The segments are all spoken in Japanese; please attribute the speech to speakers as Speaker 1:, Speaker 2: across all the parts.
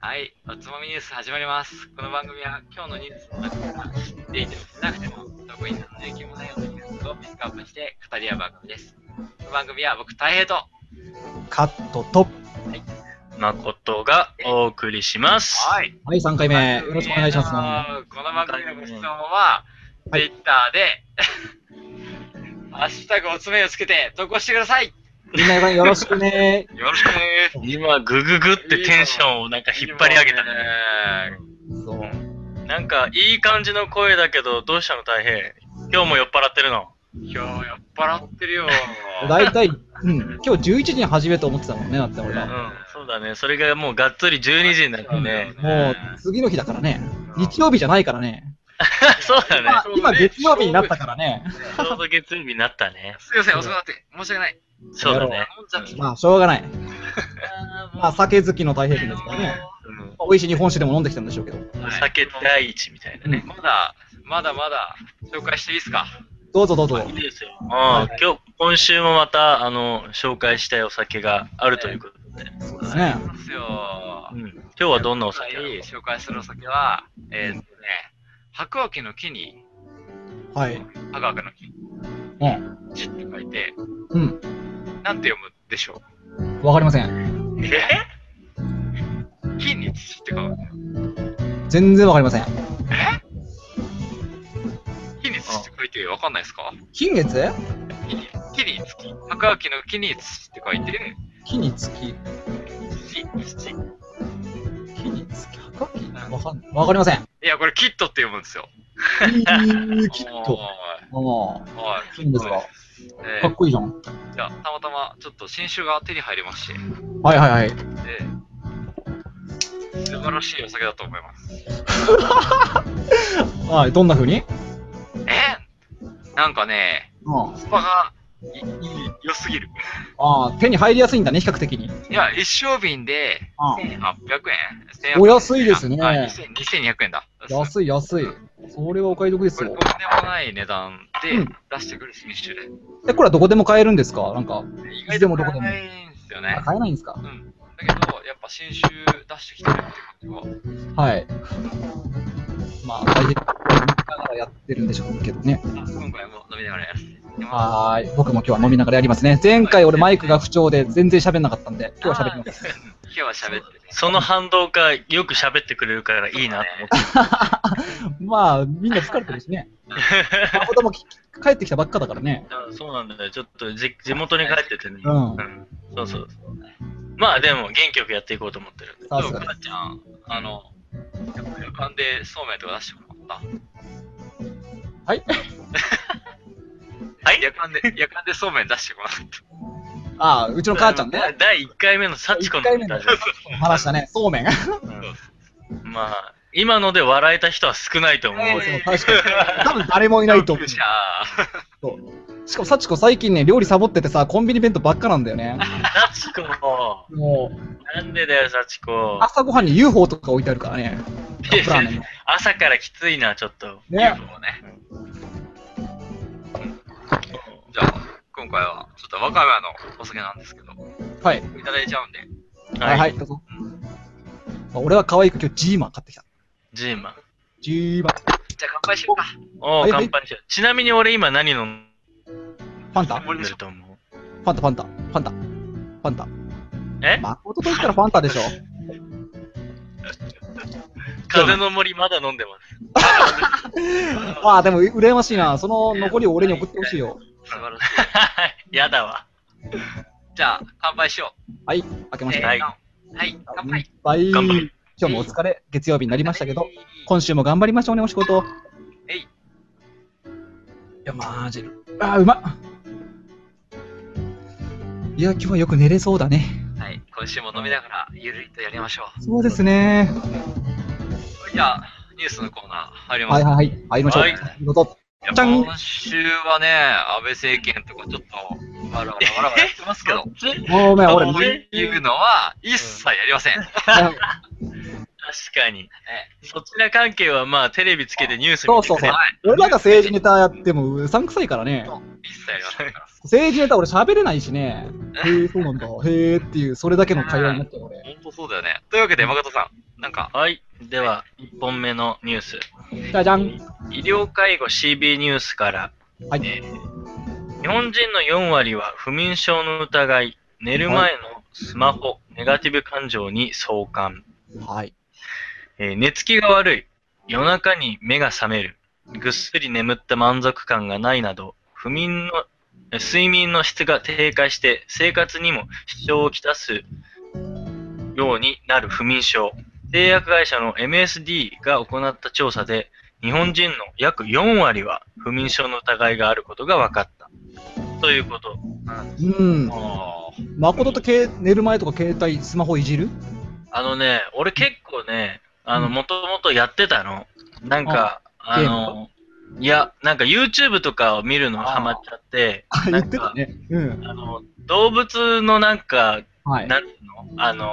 Speaker 1: はい、おつまみニュース始まります。この番組は今日のニュースの中から知っていても知らなくても得意なのや気もないようなニュースをピックアップして語り合う番組です。この番組は僕、大平と。
Speaker 2: カットと。
Speaker 3: 誠がお送りします。
Speaker 1: い。
Speaker 2: はい、3回目。よろしくお願いします。
Speaker 1: この番組のご質問は、
Speaker 2: は
Speaker 1: Twitter で、 ハッシュタグおつめをつけて投稿してください。
Speaker 2: みんなよろしくね。
Speaker 1: よろしくね
Speaker 3: 今、グググってテンションをなんか引っ張り上げたね。
Speaker 2: そう。
Speaker 3: なんか、いい感じの声だけど、どうしたの大変。今日も酔っ払ってるの。
Speaker 1: 今日酔っ払ってるよ。
Speaker 2: だいたい、うん、今日11時に始めると思ってたもんね、だって俺
Speaker 3: う
Speaker 2: は。
Speaker 3: ん、そうだね。それがもうがっつり12時になってね。
Speaker 2: もう、次の日だからね。日曜日じゃないからね。
Speaker 3: そうだね
Speaker 2: 今。、今月曜日になったからね。
Speaker 3: ちょうど月曜日になったね。
Speaker 1: すいません、遅くなって。申し訳ない。
Speaker 3: そうだね。
Speaker 1: 飲んじゃった
Speaker 2: まあ、しょう がない。ま
Speaker 1: あ
Speaker 2: あ、酒好きの大平君ですからね。
Speaker 3: うん
Speaker 2: まあ美味しい日本酒でも飲んできたんでしょうけど。
Speaker 3: 酒第一みたいなね。
Speaker 1: まだ、まだまだ紹介していいですか
Speaker 2: どうぞどうぞ。
Speaker 3: いいですよ。うん、今日、今週もまた、あの、紹介したいお酒があるということで。
Speaker 2: そうですね。
Speaker 1: そうですよ
Speaker 3: う。ん。今日はどんなお酒
Speaker 1: 今
Speaker 3: なの
Speaker 1: 回紹介するお酒は、えーっとね、白亜紀の木に、
Speaker 2: はい。
Speaker 1: 白亜紀の木、
Speaker 2: うん。
Speaker 1: ちって書いて、
Speaker 2: うん。
Speaker 1: なんて読むでしょ
Speaker 2: わかりません。
Speaker 1: うえ木にちって書く。
Speaker 2: 全然わかりません。
Speaker 1: 木にちって書いてわかんないですか
Speaker 2: 金月
Speaker 1: 木に、木につき。白亜紀の木にちって書いて、
Speaker 2: 木につき。
Speaker 1: 土、土。い
Speaker 2: 木につき。はかきわかんない。わかりません。
Speaker 1: や、これキットって読むんですよ。
Speaker 2: きっと。
Speaker 1: は
Speaker 2: ああ、
Speaker 1: い。
Speaker 2: そうですか。
Speaker 1: え
Speaker 2: かっこいいじゃん。
Speaker 1: いや、たまたまちょっと新酒が手に入りまして、
Speaker 2: はいはいはい。
Speaker 1: で素晴らしいお酒だと思います。
Speaker 2: はい、どんな風に
Speaker 1: えなんかね、
Speaker 2: うん。
Speaker 1: スパがいい良すぎる。
Speaker 2: ああ、手に入りやすいんだね、比較的に。
Speaker 1: いや、一升瓶で
Speaker 2: ああ
Speaker 1: 1800円。
Speaker 2: お安いですね
Speaker 1: あ2000 2200円だ。
Speaker 2: 安い安い。それはお買い得で
Speaker 1: こ
Speaker 2: す
Speaker 1: れ、と
Speaker 2: よ
Speaker 1: ん。でもない値段で
Speaker 2: うん
Speaker 1: 出してくる新酒で。
Speaker 2: え、これはどこでも買えるんですかなんか、
Speaker 1: 意
Speaker 2: い
Speaker 1: 外
Speaker 2: つで
Speaker 1: と
Speaker 2: もどこ
Speaker 1: 買
Speaker 2: で
Speaker 1: え
Speaker 2: も
Speaker 1: ないんですよね
Speaker 2: あ。買えないんですか
Speaker 1: うん。だけど、やっぱ新酒出してきてるってことは、
Speaker 2: はい。まあ、大変だからやってるんでしょうけどね。
Speaker 1: あ今回も飲みながらやらせていただきます。
Speaker 2: はーい。僕も今日は飲みながらやりますね。前回俺マイクが不調で全然喋んなかったんで、今日は喋ります。
Speaker 1: 今日は喋ってね。
Speaker 3: その反動か、よく喋ってくれるからいいなと思って。
Speaker 2: まあ、みんな疲れてるし ね。子供き帰ってきたばっかだからね。
Speaker 3: そうなんだよ。ちょっとじ地元に帰っててね。
Speaker 2: う。
Speaker 3: うんんそうそうそう。まあでも、元気よくやっていこうと思ってる。
Speaker 2: さ
Speaker 1: そ
Speaker 2: す
Speaker 1: う、
Speaker 2: が
Speaker 1: かな
Speaker 2: で
Speaker 1: ちゃん、あの、やっぱ旅館でそうめんとか出してもらった。
Speaker 2: はい。
Speaker 3: はい
Speaker 1: 夜間で、夜間でそうめん出してもらった。
Speaker 2: ああ、うちの母ちゃんね。
Speaker 3: 第1回目のサチコ
Speaker 2: 1
Speaker 3: の
Speaker 2: 回目の
Speaker 3: ラジオ
Speaker 2: 話したね、そうめん。
Speaker 3: うんまあ、今ので笑えた人は少ないと思う。
Speaker 1: え
Speaker 2: そう確か に。多分誰もいないと思 う。
Speaker 1: じゃあ、
Speaker 2: そうしかも、幸子最近ね、料理サボっててさ、コンビニ弁当ばっかなんだよ ね。
Speaker 3: サチコ、
Speaker 2: もう、
Speaker 3: なんでだよ、サチコ。
Speaker 2: 朝ごはんに UFO とか置いてあるからね。カップラーメンの。
Speaker 3: 朝からきついな、ちょっと。
Speaker 2: ね
Speaker 1: UFO ね。じゃあ、今回は、ちょっと若葉のお酒なんですけど、
Speaker 2: はい。
Speaker 1: いただいちゃうんで、
Speaker 2: はい、はい、どうぞ。俺は可愛く今日ジーマン買ってきた。
Speaker 3: ジーマン。
Speaker 2: ジーマン。
Speaker 1: じゃあ乾杯しようか。
Speaker 3: お
Speaker 2: は
Speaker 3: お、
Speaker 2: いはい
Speaker 3: 乾杯しよう。ちなみに俺今何飲ん
Speaker 2: パンタ
Speaker 3: でると思う
Speaker 2: パンタ、パンタ、パンタ、パンタ。
Speaker 3: え
Speaker 2: 誠と言ったらパンタでしょ。
Speaker 3: 風の森まだ飲んでます。
Speaker 2: ああ、でも羨ましいな。その残りを俺に送ってほしいよ。
Speaker 1: 素晴らしい。
Speaker 3: やだわ。
Speaker 1: じゃあ、乾杯しよ
Speaker 2: はい、開け
Speaker 1: う。
Speaker 2: まし
Speaker 1: せ
Speaker 2: た
Speaker 1: ー
Speaker 2: ね。
Speaker 1: の
Speaker 3: は
Speaker 1: はいい、乾杯。
Speaker 2: バイ。
Speaker 3: 乾杯
Speaker 2: 今日もお疲れ、月曜日になりましたけど
Speaker 1: は、い、
Speaker 2: 今週も頑張りましょうね、お仕事。
Speaker 1: えい
Speaker 2: いや、マジ。あー、うまっ。いや、今日はよく寝れそうだね。
Speaker 1: はい、今週も飲みながら、ゆるりとやりましょ
Speaker 2: そうですね。
Speaker 1: う。じゃあ、ニュースのコーナー入ります
Speaker 2: はいはいはい。入りましょう。
Speaker 3: はい
Speaker 2: どうぞ。
Speaker 1: いや
Speaker 2: じゃん
Speaker 1: 今週はね、安倍政権とかちょっと、わらわらわらわらやってますけど、
Speaker 2: ごめん、俺
Speaker 3: あ
Speaker 2: ね
Speaker 3: の。
Speaker 1: いうのは一切やりません。
Speaker 3: 確かに。そちら関係はまあテレビつけてニュース見て
Speaker 2: そうそうそう。俺なんか政治ネタやってもうさんくさいからね。
Speaker 1: 一切やりませんから。
Speaker 2: 政治ネタ俺喋れないしね。へえ、そうなんだ。へえっていう、それだけの会話になっちゃう俺。
Speaker 1: 本当そうだよね。というわけで、誠さん、なんか、
Speaker 3: はい。では、1本目のニュース。
Speaker 2: じゃじゃん。
Speaker 3: 医療介護 CB ニュースから、
Speaker 2: はい。
Speaker 3: えー日本人の4割は不眠症の疑い、寝る前のスマホ、ネガティブ感情に相関、
Speaker 2: はい。
Speaker 3: えー寝つきが悪い、夜中に目が覚める、ぐっすり眠った満足感がないなど、不眠のえー睡眠の質が低下して生活にも支障をきたすようになる不眠症。製薬会社の MSD が行った調査で、日本人の約4割は不眠症の疑いがあることが分かった。ということ。
Speaker 2: うん。
Speaker 1: おー
Speaker 2: 誠とけ寝る前とか携帯、スマホいじる
Speaker 3: あのね、俺結構ね、あの、
Speaker 2: うん
Speaker 3: もともとやってたの。なんか、あ
Speaker 2: ゲーム
Speaker 3: の、いや、なんか YouTube とかを見るのハマっちゃって、
Speaker 2: あ、言
Speaker 3: な
Speaker 2: っ
Speaker 3: ん
Speaker 2: て
Speaker 3: か
Speaker 2: た、ね。うん。
Speaker 3: あの、動物のなんか、
Speaker 2: はい。
Speaker 3: なんていうのあの、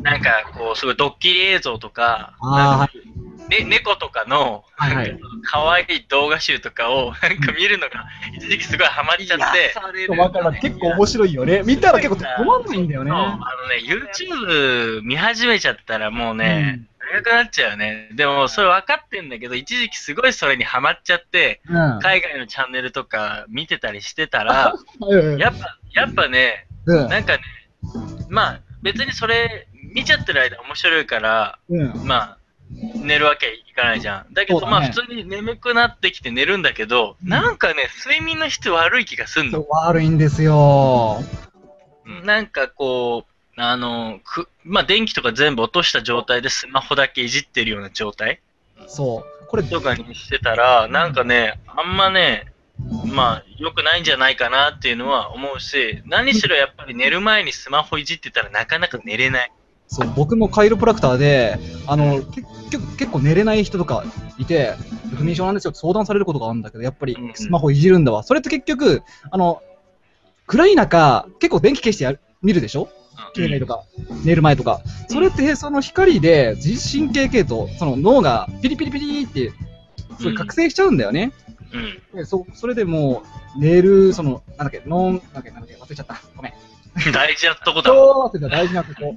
Speaker 3: なんかこう、すごいドッキリ映像とか、
Speaker 2: ああ、
Speaker 3: ね、猫とかの、
Speaker 2: はいは
Speaker 3: ないんか可愛い動画集とかを、なんか見るのが、一時期すごいハマっちゃって、
Speaker 1: 癒される
Speaker 2: わからん。結構面白いよね。見たら結構止まんないんだよね
Speaker 3: そう。あのね、YouTube 見始めちゃったらもうね、長くなっちゃうよね。でも、それ分かってんだけど、一時期すごいそれにハマっちゃって、
Speaker 2: うん。うん。
Speaker 3: 海外のチャンネルとか見てたりしてたら、
Speaker 2: うん
Speaker 3: やっぱ、やっぱね、
Speaker 2: うん
Speaker 3: なんかね、まあ、別にそれ、見ちゃってる間面白いから、
Speaker 2: うん。
Speaker 3: まあ、寝るわけいかないじゃん。だけど、
Speaker 2: そうだね
Speaker 3: まあ、普通に眠くなってきて寝るんだけど、
Speaker 2: うん
Speaker 3: なんかね、睡眠の質悪い気がすん
Speaker 2: そ
Speaker 3: の。
Speaker 2: う悪いんですよ。
Speaker 3: なんかこう、あの、くまあ、電気とか全部落とした状態でスマホだけいじってるような状態
Speaker 2: そう。これ、
Speaker 3: とかにしてたら、なんかね、あんまね、まあ、良くないんじゃないかなっていうのは思うし、何しろやっぱり寝る前にスマホいじってたらなかなか寝れない。
Speaker 2: そう、僕もカイロプラクターで、あの、結局結構寝れない人とかいて、不眠症なんですよって相談されることがあるんだけど、やっぱり
Speaker 3: うんうん
Speaker 2: スマホいじるんだわ。それって結局、あの、暗い中、結構電気消してやる見るでしょ携帯とか、寝る前とか。それって、その光で自律神経系統、その脳がピリピリピリって、そう覚醒しちゃうんだよね。
Speaker 3: うん。
Speaker 2: でそそれでもう、寝る、その、なんだっけ、ノン、なんだっけ、なんだっけ、忘れちゃった。ごめん。
Speaker 3: 大事なとこだわ。
Speaker 2: 今日って大事なこと。で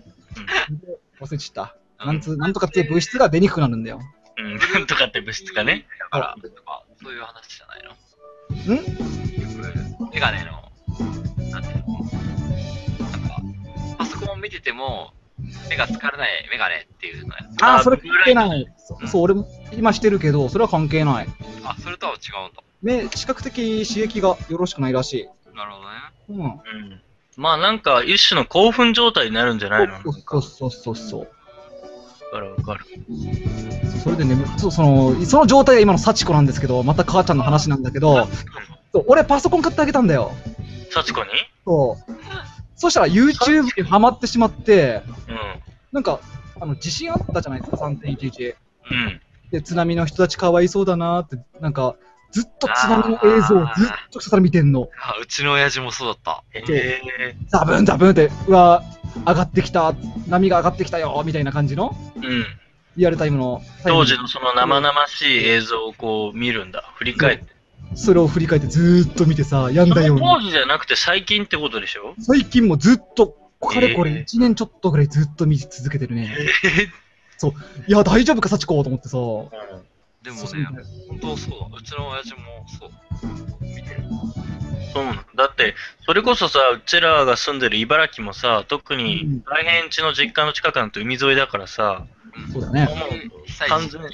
Speaker 2: 忘れちゃった。なんつなんとかっていう物質が出にくくなるんだよ。
Speaker 3: うん、なん とかって物質がね。
Speaker 1: だから、とか、そういう話じゃないの
Speaker 2: ん
Speaker 1: 結局、メガネの、なんていうのなんか、パソコンを見てても、目が疲れないメガネっていうのやつ。
Speaker 2: あ
Speaker 3: あ
Speaker 2: あ、それ関係ない。
Speaker 1: うん
Speaker 2: そう、俺も今してるけど、それは関係ない。
Speaker 1: あ、それとは違うんだ。
Speaker 2: 目、視覚的刺激がよろしくないらしい。
Speaker 1: なるほどね。
Speaker 2: うん。
Speaker 3: うん。まあなんか一種の興奮状態になるんじゃないのなんか
Speaker 2: そうそうそうそう。
Speaker 3: わかるわかる。
Speaker 2: それで眠るそうそのその状態が今の幸子なんですけど、また母ちゃんの話なんだけど、そう俺、パソコン買ってあげたんだよ。
Speaker 3: 幸子に
Speaker 2: そうそしたら YouTube にハマってしまって、
Speaker 3: う
Speaker 2: なんかあの地震あったじゃないですか、3.11。
Speaker 3: ん。うん。
Speaker 2: で、津波の人たちかわいそうだなーって、なんか、ずっと津波の映像をずっと下から見てんの。
Speaker 1: あうちの親父もそうだった。
Speaker 3: ええ
Speaker 2: ザブンザブンって、うわー、上がってきた、波が上がってきたよーみたいな感じの、
Speaker 3: うん。
Speaker 2: リアルタイムの。
Speaker 3: 当時のその生々しい映像をこう見るんだ。振り返って。
Speaker 2: それを振り返ってずーっと見てさ、やん
Speaker 3: そ
Speaker 2: だよう
Speaker 3: の
Speaker 2: に。
Speaker 3: 当時じゃなくて最近ってことでしょ
Speaker 2: 最近もずっと、かれこれ
Speaker 3: えー
Speaker 2: 1年ちょっとぐらいずっと見続けてるね。いや、大丈夫か、幸子と思ってさ。
Speaker 1: でも
Speaker 2: そう
Speaker 1: ね
Speaker 2: なんだ、
Speaker 1: 本当そうだ。うちの親父もそう。見てる。
Speaker 3: そうなの。だって、それこそさ、うちらが住んでる茨城もさ、特
Speaker 2: うん
Speaker 3: に大変地の実家の近くなんて海沿いだからさ、
Speaker 1: うん
Speaker 2: そうだね。
Speaker 3: もう
Speaker 1: 被災地っていうや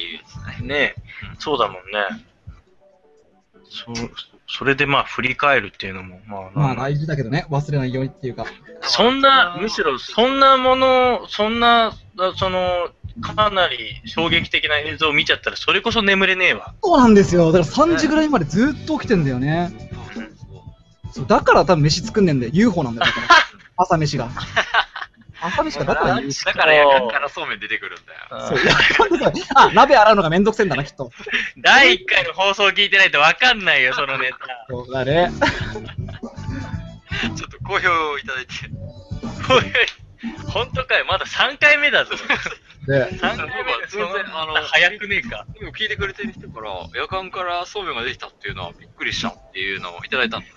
Speaker 1: つね。
Speaker 3: ねえ、そうだもんね。そ、それでまあ振り返るっていうのも、まあ、
Speaker 2: まあ大事だけどね、忘れないようにっていうか。
Speaker 3: そんな、むしろそんなもの、そんな、あその、かなり衝撃的な映像を見ちゃったら、それこそ眠れねえわ。
Speaker 2: そうなんですよ。だから3時ぐらいまでずっと起きてんだよね。
Speaker 1: そうそうそう
Speaker 2: そうだから多分飯作んねんで、UFO なんだよ。だ から朝飯が。朝飯がだから
Speaker 1: だ
Speaker 2: UFO。
Speaker 1: からやかんからそうめん出てくるんだよ。
Speaker 2: そうやかんでさあ、鍋洗うのがめんどくせえんだな、きっと。
Speaker 3: 第1回の放送聞いてないと分かんないよ、その ネタ。
Speaker 2: そうだね。
Speaker 1: ちょっと好評をいただいて。
Speaker 3: おい本当かよ、まだ3回目だぞ。
Speaker 2: で、
Speaker 3: 3回目でその
Speaker 1: 全然あの
Speaker 3: 早くねえか。
Speaker 1: でも聞いてくれてる人から、夜間からそうめんができたっていうのはびっくりしたっていうのをいただいたんだ。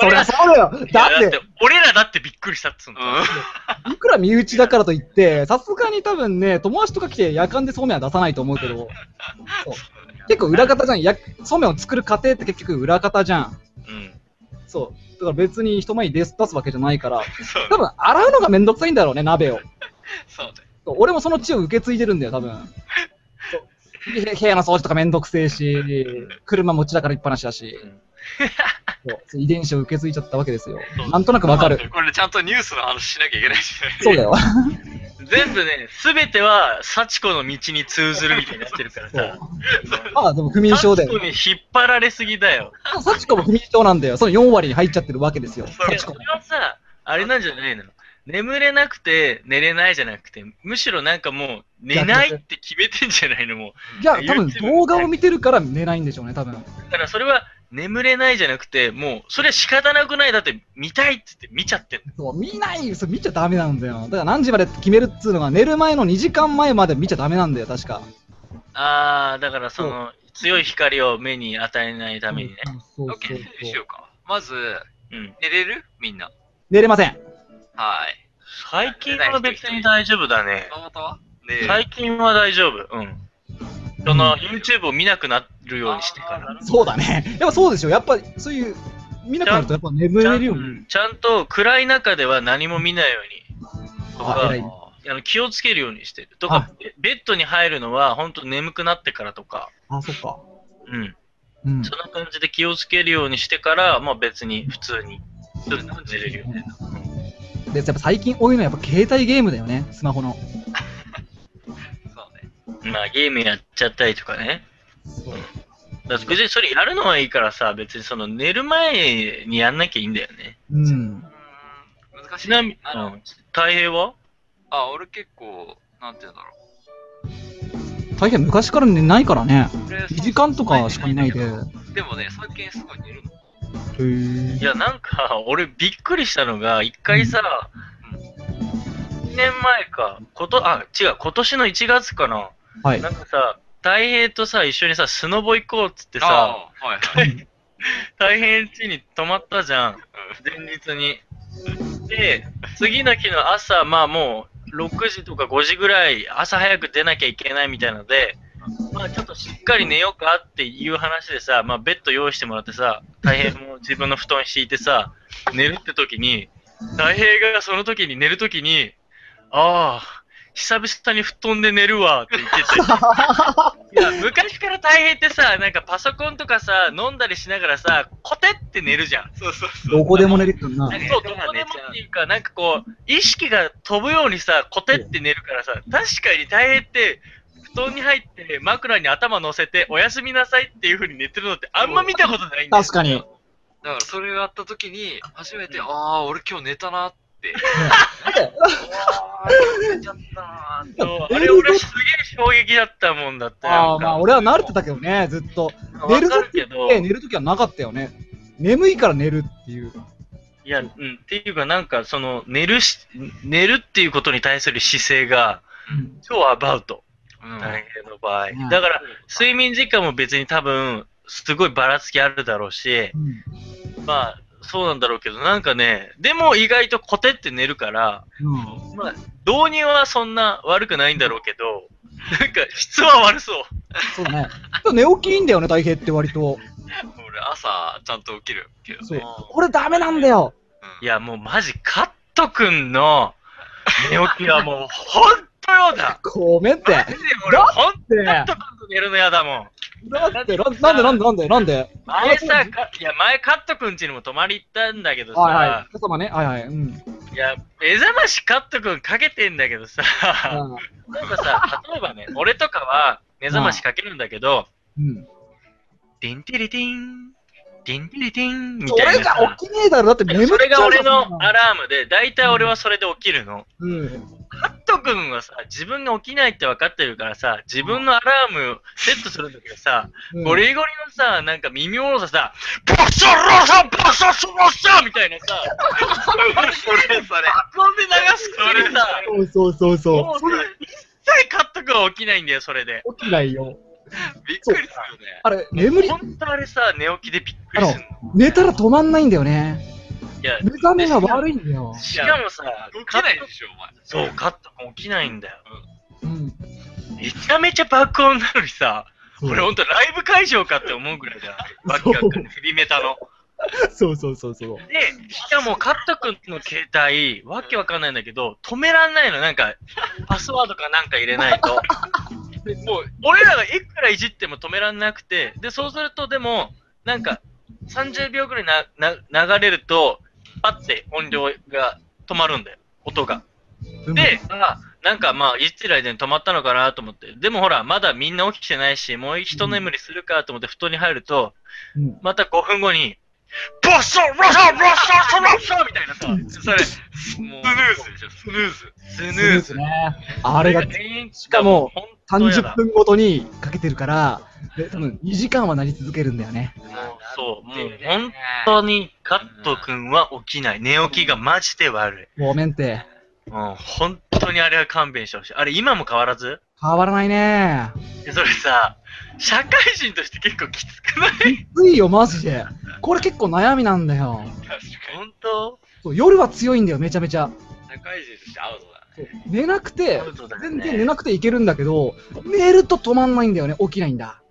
Speaker 2: そりゃそうだよ。
Speaker 3: いや
Speaker 2: だって、、
Speaker 3: 俺らだってびっくりしたっつうの。
Speaker 1: う
Speaker 2: いくら身内だからといって、さすがに多分ね、友達とか来て夜間でそうめんは出さないと思うけど、そう結構裏方じゃん。やそうめんを作る過程って結局裏方じゃん。
Speaker 3: うん。
Speaker 2: そう。だから別に人前に出す出すわけじゃないから、
Speaker 3: そう
Speaker 2: 多分洗うのがめんどくさいんだろうね、鍋を。
Speaker 3: そうだよ。
Speaker 2: そう俺もその血を受け継いでるんだよ、多分。そうでへ部屋の掃除とかめんどくせえし、車持ちだからいっぱなしだし、
Speaker 3: うん
Speaker 2: そうそう遺伝子を受け継いじゃったわけですよ
Speaker 3: そう。
Speaker 2: なんとなくわかる。
Speaker 1: これちゃんとニュースの話しなきゃいけないしね。
Speaker 2: そうだよ。
Speaker 3: 全部ね、すべては、幸子の道に通ずるみたいになってるからさ。
Speaker 2: まあでも不眠症だ
Speaker 3: 幸
Speaker 2: よ
Speaker 3: 子。に引っ張られすぎだよ。
Speaker 2: サチコも不眠症なんだよ。その4割に入っちゃってるわけですよ。
Speaker 1: そう
Speaker 2: サ
Speaker 1: で
Speaker 2: チ
Speaker 3: そ
Speaker 2: コも
Speaker 3: れ。はさ、あれなんじゃないの眠れなくて寝れないじゃなくて、むしろなんかもう寝ないって決めてんじゃないのも
Speaker 2: いや、多分動画を見てるから寝ないんでしょうね、多分。
Speaker 3: う。だからそれは眠れないじゃなくて、もうそれは仕方なくないだって見たいって言って見ちゃってん
Speaker 2: そ
Speaker 3: の
Speaker 2: う、見ない、そう見ちゃダメなんだよ。だから何時までって決めるっつうのが寝る前の2時間前まで見ちゃダメなんだよ、確か。
Speaker 3: あー、だからその強い光を目に与えないためにね。
Speaker 2: うん。そう
Speaker 1: オッケ
Speaker 2: そう
Speaker 1: ー、整理し
Speaker 2: そ
Speaker 1: よ
Speaker 2: う
Speaker 1: うか。まず、
Speaker 3: うん。
Speaker 1: 寝れるみんな。
Speaker 2: 寝れません。
Speaker 1: はい。
Speaker 3: 最近は別に大丈夫だね。
Speaker 1: 山本は寝れる
Speaker 3: 最近は大丈夫。うん。その YouTube を見なくなるようにしてか
Speaker 1: あーな
Speaker 3: ら
Speaker 1: る。ほど
Speaker 2: そうだね。やっぱそうですよ。やっぱそういう、見なくなるとやっぱ眠
Speaker 3: ちゃ
Speaker 2: れ
Speaker 3: ん
Speaker 2: るよう
Speaker 3: う
Speaker 2: に。
Speaker 3: んちゃんと暗い中では何も見ないようにと
Speaker 2: あ
Speaker 3: か
Speaker 2: 偉い
Speaker 3: あの気をつけるようにしてるとかベベッドに入るのは本当眠くなってからとか、
Speaker 2: あ、そっか。
Speaker 3: うん、
Speaker 2: うん。
Speaker 3: そんな感じで気をつけるようにしてから、まあ、別に普通にちょっと寝れるよね
Speaker 2: で、やっぱ最近多いのはやっぱ携帯ゲームだよね、スマホの。
Speaker 1: そうね。
Speaker 3: まあゲームやっちゃったりとかね
Speaker 2: そう
Speaker 3: だから別にそれやるのはいいからさ別にその寝る前にやんなきゃいいんだよね
Speaker 2: うん
Speaker 1: う。ーん、難しい。
Speaker 3: ちなみに
Speaker 1: あの、
Speaker 3: 太平は
Speaker 1: あ、俺結構、なんて言うんだろ
Speaker 2: 大変昔から寝ないからね。
Speaker 1: う。俺
Speaker 2: 2時間とかしかいないで。へ
Speaker 1: でもね、最近すごい寝るの。
Speaker 2: ー
Speaker 3: いや、なんか、俺びっくりしたのが、一回さ、1年前か、こと、あ、違う、今年の1月かな。
Speaker 2: はい
Speaker 3: な。んかさ、太平とさ、一緒にさ、スノボ行こうっつってさ、
Speaker 1: ああ、はいはい。
Speaker 3: 太平ん家に泊まったじゃん。前日に。で、次の日の朝、まあもう、6時とか5時ぐらい、朝早く出なきゃいけないみたいので、まあちょっとしっかり寝ようかっていう話でさ、まあベッド用意してもらってさ、大平も自分の布団敷いてさ、寝るって時に、大平がその時に寝る時に、ああ、久々に布団で寝るわって言ってて。いや昔から大平ってさ、なんかパソコンとかさ、飲んだりしながらさ、コテって寝るじゃん。
Speaker 1: そうそうそう。
Speaker 2: どこでも寝れるからな
Speaker 3: な。んか
Speaker 1: ね
Speaker 3: そう、どこでもっていうか、なんかこう、意識が飛ぶようにさ、コテって寝るからさ、確かに大変って、布団に入って枕に頭乗せて、おやすみなさいっていう風に寝てるのって、あんま見たことないんだよ。
Speaker 2: 確かに。
Speaker 1: だからそれをやった時に、初めて、ああ、俺今日寝たなって。ああ、寝ちゃったなーって。
Speaker 3: そうあれ俺すげえ衝撃だったもんだって。
Speaker 2: ああ、まあ俺は慣れて
Speaker 3: た
Speaker 2: たけどね、ずっと。
Speaker 3: 寝
Speaker 2: 寝る
Speaker 3: るわか
Speaker 2: ぞ
Speaker 3: るけど、
Speaker 2: で寝るときはなかったよね。眠いから寝るっていう。
Speaker 3: いや、うん、っていうかなんか、その、寝るし、寝るっていうことに対する姿勢が、超アバウト。
Speaker 1: うん
Speaker 3: 大変の場合。
Speaker 2: うん
Speaker 3: だから、睡眠時間も別に多分、すごいばらつきあるだろうし、まあ、そうなんだろうけど、なんかね、でも意外とコテって寝るから、
Speaker 2: うん
Speaker 3: まあ、導入はそんな悪くないんだろうけど、なんか質は悪そう。
Speaker 2: そうだね。寝起きいいんだよね、大平って割と。
Speaker 1: 俺朝、ちゃんと起きるけど
Speaker 2: そう
Speaker 1: ね。。
Speaker 2: 俺ダメなんだよ。
Speaker 1: うん
Speaker 3: いや、もうマジ、カットくんの寝起きはもう、ほんとよだ。
Speaker 2: ごめんって。だ
Speaker 3: マジで俺、ほんと
Speaker 2: って、
Speaker 3: カ
Speaker 2: だ
Speaker 3: ットくんと寝るのやだもん。
Speaker 2: って、なんでなんでなんでなんで
Speaker 3: 前さ、かいや、前カットくん家にも泊まり行ったんだけどさ、
Speaker 2: はいはい。お客様ね。はいはい。うん。
Speaker 3: い、や、目覚ましカットくんかけてんだけどさ、なんかさ、例えばね、俺とかは目覚ましかけるんだけど、
Speaker 2: うん。
Speaker 3: デンテレティン、デンテレティンみ
Speaker 2: そ
Speaker 3: たい
Speaker 2: れ
Speaker 3: な
Speaker 2: が
Speaker 3: さ。
Speaker 2: 起きねえだろ。だって眠っちゃ
Speaker 3: そうれ
Speaker 2: じゃん
Speaker 3: が俺のアラームで、大体俺はそれで起きるの。
Speaker 2: うん。
Speaker 3: カット君はさ、自分が起きないって分かってるからさ、自分のアラームセットするんだけどさ、
Speaker 2: うん
Speaker 3: ゴリゴリのさ、なんか耳をささ、パシャロサパシャソロサみたいなさ、
Speaker 1: それそれそれ。
Speaker 3: 遊んで流すそれさ、
Speaker 2: そうそうそう
Speaker 3: も
Speaker 2: そう
Speaker 3: さ一切カット君は起きないんだよ、それで。
Speaker 2: う。起きないよ。
Speaker 1: びっくりするよね。
Speaker 2: あれ、眠り、
Speaker 3: ほんとあれさ、寝起きでびっくりするの。
Speaker 2: 寝たら止まんないんだよね。
Speaker 3: いや、
Speaker 2: 目覚めが悪いんだよ。
Speaker 3: しかもさ、
Speaker 1: 起きないでしょ、お前。
Speaker 3: そう、カットも起きないんだよ。
Speaker 2: うん。
Speaker 3: めちゃめちゃ爆音なのにさ、
Speaker 2: そう
Speaker 3: 俺ほんとライブ会場かって思うぐらいだよ。 バックアップヘビメタの。
Speaker 2: そうそうそうそう。
Speaker 3: で、しかもカット君の携帯、わけわかんないんだけど、止めらんないの、なんか、パスワードかなんか入れないと。でもう、俺らがいくらいじっても止めらんなくて、で、そうすると、でも、なんか、30秒ぐらいな、な、流れると、パッて音量が止まるんだよ、音が。で、あなんかまあ、いついる間に止まったのかなと思って、でもほら、まだみんな起きてないし、もう一眠りするかと思って布団に入ると、
Speaker 2: うん、
Speaker 3: また5分後に、ボッショロッショロッショロッショみたいなさ、それ、ス
Speaker 1: もう
Speaker 3: ヌーズでしょ、スヌーズ。ス
Speaker 2: ス
Speaker 3: ヌ
Speaker 2: ヌー
Speaker 3: ーズ
Speaker 2: ズ。ね。あれが
Speaker 3: し
Speaker 2: かも、
Speaker 3: 本
Speaker 2: 30
Speaker 3: 当
Speaker 2: 分ごとにかけてるから、で多分2時間はなり続けるんだよね。
Speaker 3: そうもう
Speaker 1: ね
Speaker 3: 本本当にカット君は起きない。寝起きがマジで悪
Speaker 2: ごめんって。
Speaker 3: い。うん、本当にあれは勘弁してほしい。あれ、今も変わらず
Speaker 2: 変わらないね。
Speaker 3: でそれさ、社会人として結構きつくない
Speaker 2: ついよ、マジで。これ結構悩みなんだよ。
Speaker 1: 確かに。
Speaker 3: 本当
Speaker 2: そう夜は強いんだよ、めちゃめちゃ。
Speaker 1: 社会人としてアウトだね。
Speaker 2: そう寝なくて、
Speaker 3: そうだよ
Speaker 2: 全
Speaker 3: ね
Speaker 2: 然寝なくていけるんだけど、寝ると止まんないんだよね、起きないんだ。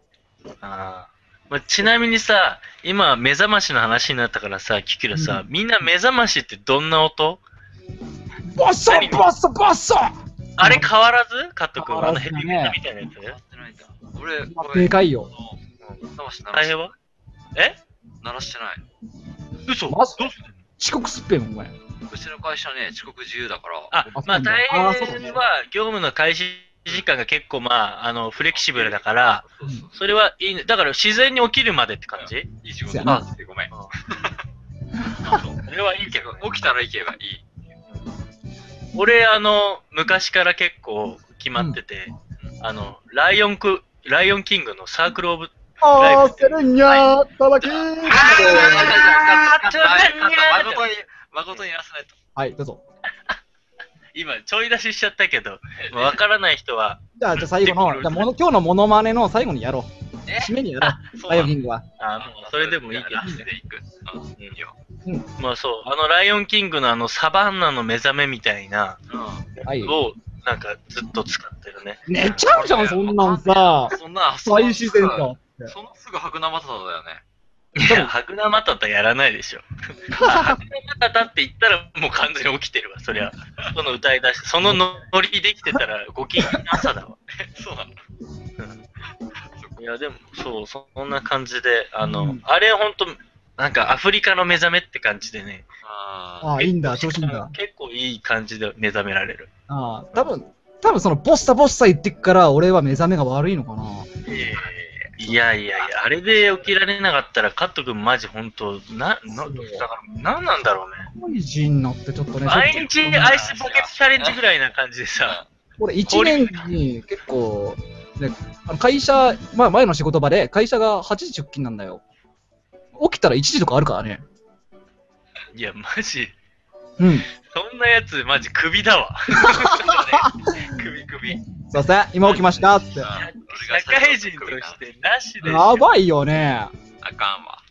Speaker 3: あーまあ、ちなみにさ、今、目覚ましの話になったからさ、聞くけどさ、
Speaker 2: う
Speaker 3: みんな目覚ましってどんな音
Speaker 2: ボッソ
Speaker 3: 何
Speaker 2: ボッソボッソ
Speaker 3: あれ変わらずカット君、
Speaker 2: 変わ
Speaker 3: あの
Speaker 2: ら
Speaker 3: ヘ
Speaker 2: ずだ
Speaker 3: ビ
Speaker 2: ね
Speaker 3: ーメタみたいなや
Speaker 1: 変わ
Speaker 3: つ
Speaker 1: ってないんだ。俺、こ
Speaker 2: で
Speaker 1: れ、
Speaker 2: かいよ。
Speaker 1: うん騙して鳴ら
Speaker 3: 大
Speaker 1: し
Speaker 3: 変はえ
Speaker 1: 鳴らしてない。
Speaker 3: 嘘
Speaker 2: マジ
Speaker 3: どうすんの
Speaker 2: 遅刻すっぺん、お前。
Speaker 1: うちの会社ね、遅刻自由だから。
Speaker 3: あ、まあ大
Speaker 2: あーそうだね
Speaker 3: 変は業務の開始時間が結構まあ、あの、フレキシブルだから、
Speaker 1: そうそう
Speaker 3: それはいいね、だから自然に起きるまでって感 じ
Speaker 1: いい仕
Speaker 2: せ
Speaker 1: 事
Speaker 2: や
Speaker 1: だ
Speaker 2: な
Speaker 1: ってごめん。
Speaker 3: それはいいけどね。
Speaker 1: 起きたら行けばいい。
Speaker 3: 俺、あの、昔から結構決まってて、あの、ライオンク、ライオンキングのサークルオブ、ライブ
Speaker 2: セレンニャー、ただき
Speaker 3: あー
Speaker 1: ちょっと待って
Speaker 3: ちょっと待って
Speaker 1: 誠に、誠にやらせないと。
Speaker 2: はい、どうぞ。
Speaker 3: 今ちょい出ししちゃったけ ど、まあわからない人は、
Speaker 2: じゃあ、じゃあ最後の、じゃあもの今日のモノマネの最後にやろう。
Speaker 1: え
Speaker 2: 締めにやろ
Speaker 3: あ
Speaker 2: う、、
Speaker 3: そう
Speaker 2: ライ
Speaker 3: な
Speaker 2: オン
Speaker 3: の
Speaker 2: キングは。
Speaker 3: あもうそれでもいいけど
Speaker 1: ラ。スで行く。うん、いいよ。
Speaker 3: まあそう、あの、ライオンキングのあの、サバンナの目覚めみたいな、
Speaker 2: はい。
Speaker 3: を、なんか、ずっと使ってるね。
Speaker 2: 寝ちゃうじゃん、そんなんさ。
Speaker 1: そんな、そん
Speaker 2: 最
Speaker 1: な
Speaker 2: 自
Speaker 1: す
Speaker 2: 然
Speaker 1: ぐ、
Speaker 2: だって。
Speaker 1: そのすぐ白生さだよね。
Speaker 3: いや、ハグナマタタやらないで しょ。ハグナマタタって言ったらもう完全に起きてるわ、そりゃ。その歌い出し、そのノリできてたらご機嫌な朝だわ。
Speaker 1: そうなの。
Speaker 3: いや、でも、そう、そんな感じで、あの、
Speaker 2: うん
Speaker 3: あれほんと、なんかアフリカの目覚めって感じでね、
Speaker 1: あ
Speaker 2: ああ、いいんだ、調子いいんだ。
Speaker 3: 結構いい感じで目覚められる。
Speaker 2: ああ、多分多分その、ボッサボッサ言ってっから、俺は目覚めが悪いのかな。
Speaker 3: いやいやいや、あれで起きられなかったら、カット君マジ本当、な、な、
Speaker 2: そ
Speaker 3: だ
Speaker 2: う
Speaker 3: から、なんなんだろう
Speaker 2: 社会
Speaker 3: ね。
Speaker 2: 人になってちょっとね、
Speaker 3: 毎
Speaker 2: ちょっ
Speaker 3: 日
Speaker 2: と
Speaker 3: アイスポケットチャレンジぐらいな感じでさ、
Speaker 2: 俺1年に結構、ね、あの会社、まあ、前の仕事場で会社が8時出勤なんだよ。起きたら1時とかあるからね。
Speaker 3: いや、マジ、
Speaker 2: うん。
Speaker 3: そんなやつ、マジ首だ わ。
Speaker 2: すい
Speaker 3: 首首。社
Speaker 2: ません、今起きましたっつって。
Speaker 1: あ。
Speaker 3: 会人としてなしでしょ
Speaker 2: やばいよね。
Speaker 1: あかんわ。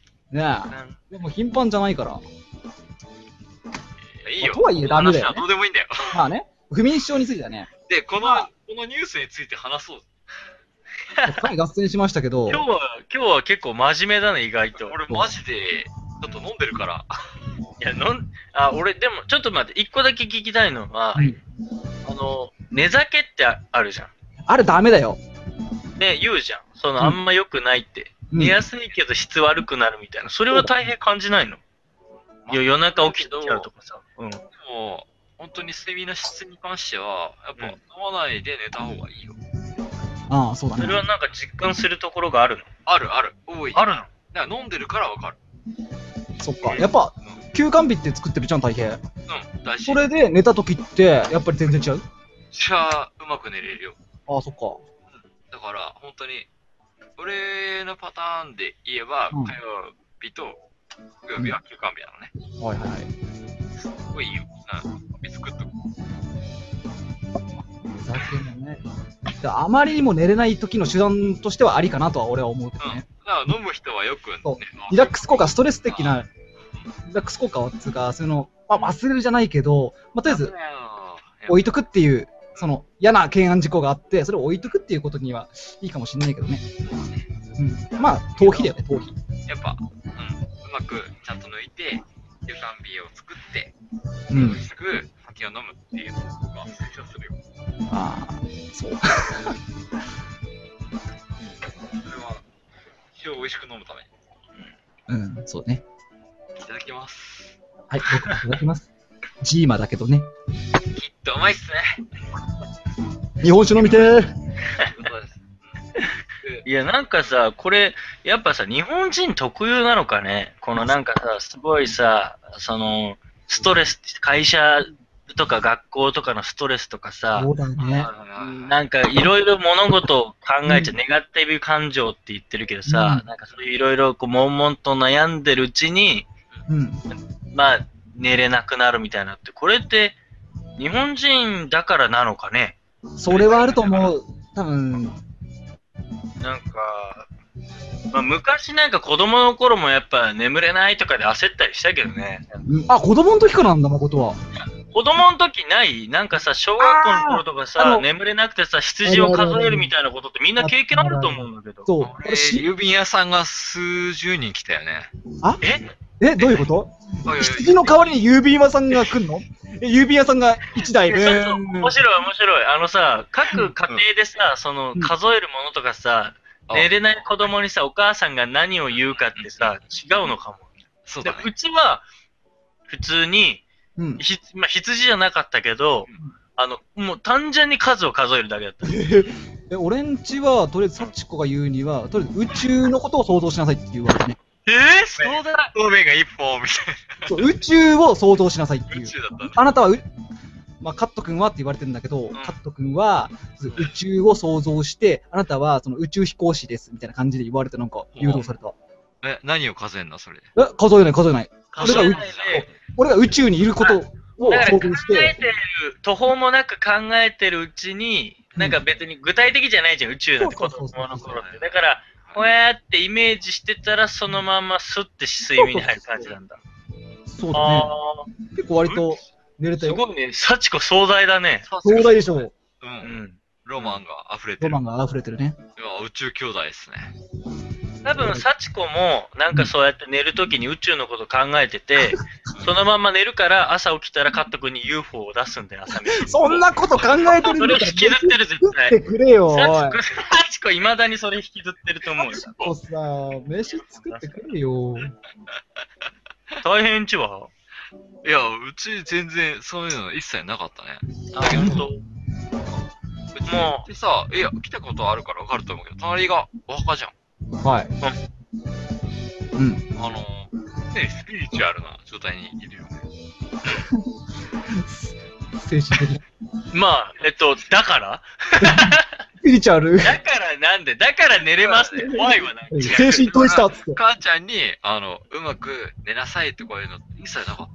Speaker 2: ねえ。でも頻繁じゃないから。
Speaker 1: いやいいよ。
Speaker 2: まあとはいえダメだよね
Speaker 1: この話はどうでもいいんだよ。
Speaker 2: まあね、不眠症についてはね、
Speaker 1: で、この、
Speaker 2: ま
Speaker 1: このニュースについて話そう。
Speaker 2: かなり合戦しましたけど、
Speaker 3: 今日は、今日は結構真面目だね、意外と。
Speaker 1: 俺マジで、ちょっと飲んでるから。
Speaker 3: いや、のん、あ、俺、でも、ちょっと待って、一個だけ聞きたいのは、
Speaker 2: はい
Speaker 3: あの、寝酒ってああるじゃ
Speaker 2: あれダメだよ。
Speaker 3: ん。ね、言うじゃん。その、
Speaker 2: うん
Speaker 3: あんま良くないって。
Speaker 2: うん
Speaker 3: 寝やすいけど質悪くなるみたいな。それは大変感じないのいや夜中起きちゃうとかさ。うん。
Speaker 1: でも、本当に睡眠の質に関しては、やっぱ
Speaker 3: うん
Speaker 1: 飲まないで寝た方がいいよ。
Speaker 2: ああ、そうだ
Speaker 3: それは
Speaker 2: ね。
Speaker 3: なんか実感するところがあるの
Speaker 1: あるある。多い。
Speaker 3: あるの
Speaker 1: だから飲んでるからわかる。
Speaker 2: そっか。やっぱ、休館日って作ってるじゃん、体平。
Speaker 1: うん、大事。
Speaker 2: それで寝た時って、やっぱり全然違う
Speaker 1: じゃあ、うまく寝れるよ。
Speaker 2: ああ、そっか。
Speaker 1: だから、本当に、俺のパターンで言えば、
Speaker 2: うん
Speaker 1: 火曜日と木曜日は休館日なのね。
Speaker 2: はいはいはい。
Speaker 1: すごいいいよ。うん、コンビ作っとく。
Speaker 2: ふざけんなね。だからあまりにも寝れない時の手段としてはありかなとは俺は思うけど
Speaker 1: うん。だ
Speaker 2: ね。
Speaker 1: から飲む人はよくね
Speaker 2: そう
Speaker 1: まあ
Speaker 2: リラックス効果、ストレス的なラックス効果をつうか、そういうの、まあ、忘れるじゃないけど、まあ、とりあえず置い
Speaker 1: と
Speaker 2: とくっていう、その嫌な懸案事項があって、それを置いとくっていうことにはいいかもしれないけどね。うん、まあ、逃避だよね、逃避。
Speaker 1: やっぱ、うん、うまくちゃんと抜いて、予算 B を作って、
Speaker 2: う
Speaker 1: 美
Speaker 2: ん
Speaker 1: 味。しく酒を飲むっていうのが成長するよ。
Speaker 2: ああ、そう。
Speaker 1: それは、一応美味しく飲むため。
Speaker 2: うん、そうね。
Speaker 1: いただきます。
Speaker 2: はい、僕もいただき ます。ジーマだけどね。
Speaker 1: きっとうまいっすね。
Speaker 2: 日本酒飲みてー
Speaker 1: そうです。
Speaker 3: いや、なんかさ、これ、やっぱさ、日本人特有なのかね。このなんかさ、すごいさ、その、ストレス、会社とか学校とかのストレスとかさ
Speaker 2: そ、うだね。
Speaker 1: な
Speaker 3: なんかいろいろ物事を考えちゃネガティブ感情って言ってるけどさ、
Speaker 2: う
Speaker 3: なんかそういういろいろこう、悶々と悩んでるうちに、
Speaker 2: うん。
Speaker 3: まあ、寝れなくなるみたいなって、これって、日本人だからなのかね。
Speaker 2: それはあると思う。多分、
Speaker 3: なんか、まあ、昔なんか子供の頃もやっぱ眠れないとかで焦ったりしたけどね。
Speaker 2: うんあ、子供の時からなんだ、誠は。
Speaker 3: 子供の時ないなんかさ、小学校の頃と
Speaker 2: あ
Speaker 3: か
Speaker 2: ーあ
Speaker 3: さ
Speaker 2: の、
Speaker 3: 眠れなくてさ、羊を数えるみたいなことってみんな経験あると思うんだけど。
Speaker 2: そう。
Speaker 1: 俺、郵便屋さんが数十人来たよね。
Speaker 3: え
Speaker 2: え、どういうこと
Speaker 1: おいおい
Speaker 2: 羊の代わりに郵便屋さんが来んのえ郵便屋さんが1台。
Speaker 3: そうそ
Speaker 2: う
Speaker 3: う
Speaker 2: ん
Speaker 3: 面白い面白い。あのさ、各家庭でさ、その
Speaker 2: うん
Speaker 3: 数えるものとかさ、
Speaker 1: あ
Speaker 3: 寝れない子供にさ、お母さんが何を言うかってさ、違うのかも。
Speaker 1: そう
Speaker 3: で
Speaker 1: だね。
Speaker 3: うちは、普通に、
Speaker 2: うん。
Speaker 3: ひまあ、羊じゃなかったけど、
Speaker 1: うん
Speaker 3: あのもう単純に数を数えるだけだった。
Speaker 2: え、俺んちは、とりあえず、サチコが言うには、とりあえず宇宙のことを想像しなさいって言われたね。
Speaker 3: えー、そうだ
Speaker 1: 透明が一本みたい
Speaker 2: そう宇宙を想像しなさいっていう
Speaker 1: 宇宙だったね。
Speaker 2: あなたはう、まあ、カット君はって言われてるんだけど、カット君はそう宇宙を想像して、あなたはその宇宙飛行士ですみたいな感じで言われて、なんか誘導された。
Speaker 1: な。え、何を数えんのそれ。
Speaker 2: え、数えない、数えない。
Speaker 3: 数えないで、
Speaker 2: 俺が宇宙にいることを
Speaker 3: だから
Speaker 2: 想
Speaker 3: 考
Speaker 2: 像し
Speaker 3: え
Speaker 2: て、
Speaker 3: てる、途方もなく考えてるうちに、なんか別に具体的じゃないじゃん、宇宙なんて子
Speaker 2: そう
Speaker 3: 供
Speaker 2: そうそう
Speaker 3: の頃っ
Speaker 1: そう
Speaker 3: て。だから、こうやってイメージしてたら、そのまんまスッて睡眠に入る感じなんだ。
Speaker 2: そうだね。
Speaker 3: ああ
Speaker 2: 結構割と寝れ
Speaker 3: ー、
Speaker 2: た
Speaker 3: す
Speaker 2: よ。
Speaker 3: ごいね、幸子壮大だね。
Speaker 2: 壮大でしょう。
Speaker 1: う。
Speaker 3: うんん。
Speaker 1: ロマンが溢れて
Speaker 2: ロ
Speaker 1: る。
Speaker 2: マンが溢れてるね。
Speaker 1: うわ宇宙兄弟ですね。
Speaker 3: 多分、幸子も、なんかそうやって寝るときに宇宙のこと考えてて、 そのまんま寝るから、朝起きたらカット君に UFO を出すんだよ、朝飯。
Speaker 2: そんなこと考えてるん
Speaker 3: それ
Speaker 2: だ
Speaker 3: を
Speaker 2: っ
Speaker 3: 引きずってる、絶対。
Speaker 2: てくれよ、おい。
Speaker 3: 幸子、幸子、いまだにそれ引きずってると 思うよ。
Speaker 2: こうさ、飯作ってくれよ。
Speaker 3: 大変うちは。
Speaker 1: いや、うち全然そういうの一切なかったね。
Speaker 3: あ、ほんと。
Speaker 1: うちってさ、いや、来たことあるからわかると思うけど、隣がお墓じゃん。
Speaker 2: はい。うん。
Speaker 1: あのー、ね、スピリチュアルな状態にいるよね。
Speaker 2: 精神的な。
Speaker 3: まあ、えっと、だから
Speaker 2: スピリチュアル。
Speaker 3: だからなんで、だから寝れますって怖いわ、なんか。
Speaker 2: 精神統一だっつって。
Speaker 1: 母ちゃんに、あの、うまく寝なさいってこういうの一切なかっ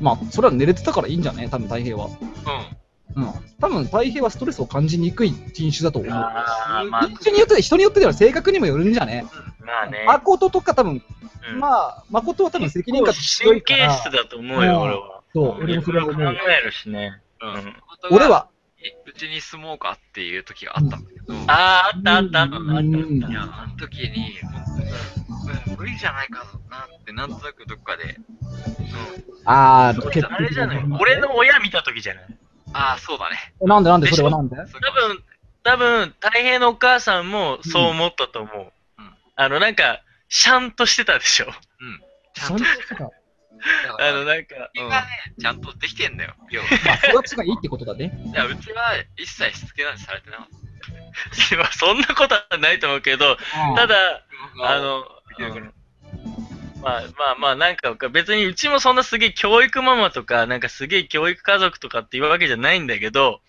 Speaker 2: まあ、それは寝れてたからいいんじゃね多分太平は。
Speaker 1: た。うん。
Speaker 2: うん。多分太平はストレスを感じにくい人種だと思う。
Speaker 3: あーまあ
Speaker 2: 人種によって、人によってでは性格にもよるんじゃね
Speaker 3: まあね。
Speaker 2: 誠とか多分、
Speaker 3: うん
Speaker 2: まあ、誠は多分責任感強
Speaker 3: 神
Speaker 2: いか
Speaker 3: 経
Speaker 2: ら。
Speaker 3: 質だと思うよ、俺は。
Speaker 2: そう、俺もそれは思
Speaker 3: 考
Speaker 2: う。
Speaker 3: えるしね。う
Speaker 1: うんん。。
Speaker 2: 俺。は、
Speaker 1: うちに住もうかっていう時があったんだけど、あ
Speaker 3: あー、あったあったあったあったあ
Speaker 2: うん
Speaker 1: いや、
Speaker 3: っ
Speaker 1: あの時に、本当に、無理じゃないかなって、なんとなくどっかで、うん。
Speaker 2: あー、
Speaker 3: た。あれじゃない俺の親見た時じゃない
Speaker 1: ああ、そうだね。
Speaker 2: なんでなんでそれはなんで
Speaker 1: そ
Speaker 3: 多分、多分、大平のお母さんもそう思ったと思う。
Speaker 1: うん
Speaker 3: あの、なんか、シャンとしてたでしょ。
Speaker 1: ちゃんと、
Speaker 2: か。
Speaker 1: だか
Speaker 3: あ
Speaker 1: ら
Speaker 3: の、なんか、
Speaker 1: うがね、ちゃんとできてんだよ、要 は。
Speaker 2: まあ、育ちがいいってことだね。
Speaker 1: いや、うちは一切しつけなんてされてなかっ
Speaker 3: うん まあそんなことはないと思うけど、ただ、
Speaker 1: た。
Speaker 3: あ、の、
Speaker 1: うん
Speaker 3: うんまあまあまあ、なんか別にうちもそんなすげえ教育ママとか、なんかすげえ教育家族とかっていうわけじゃないんだけど、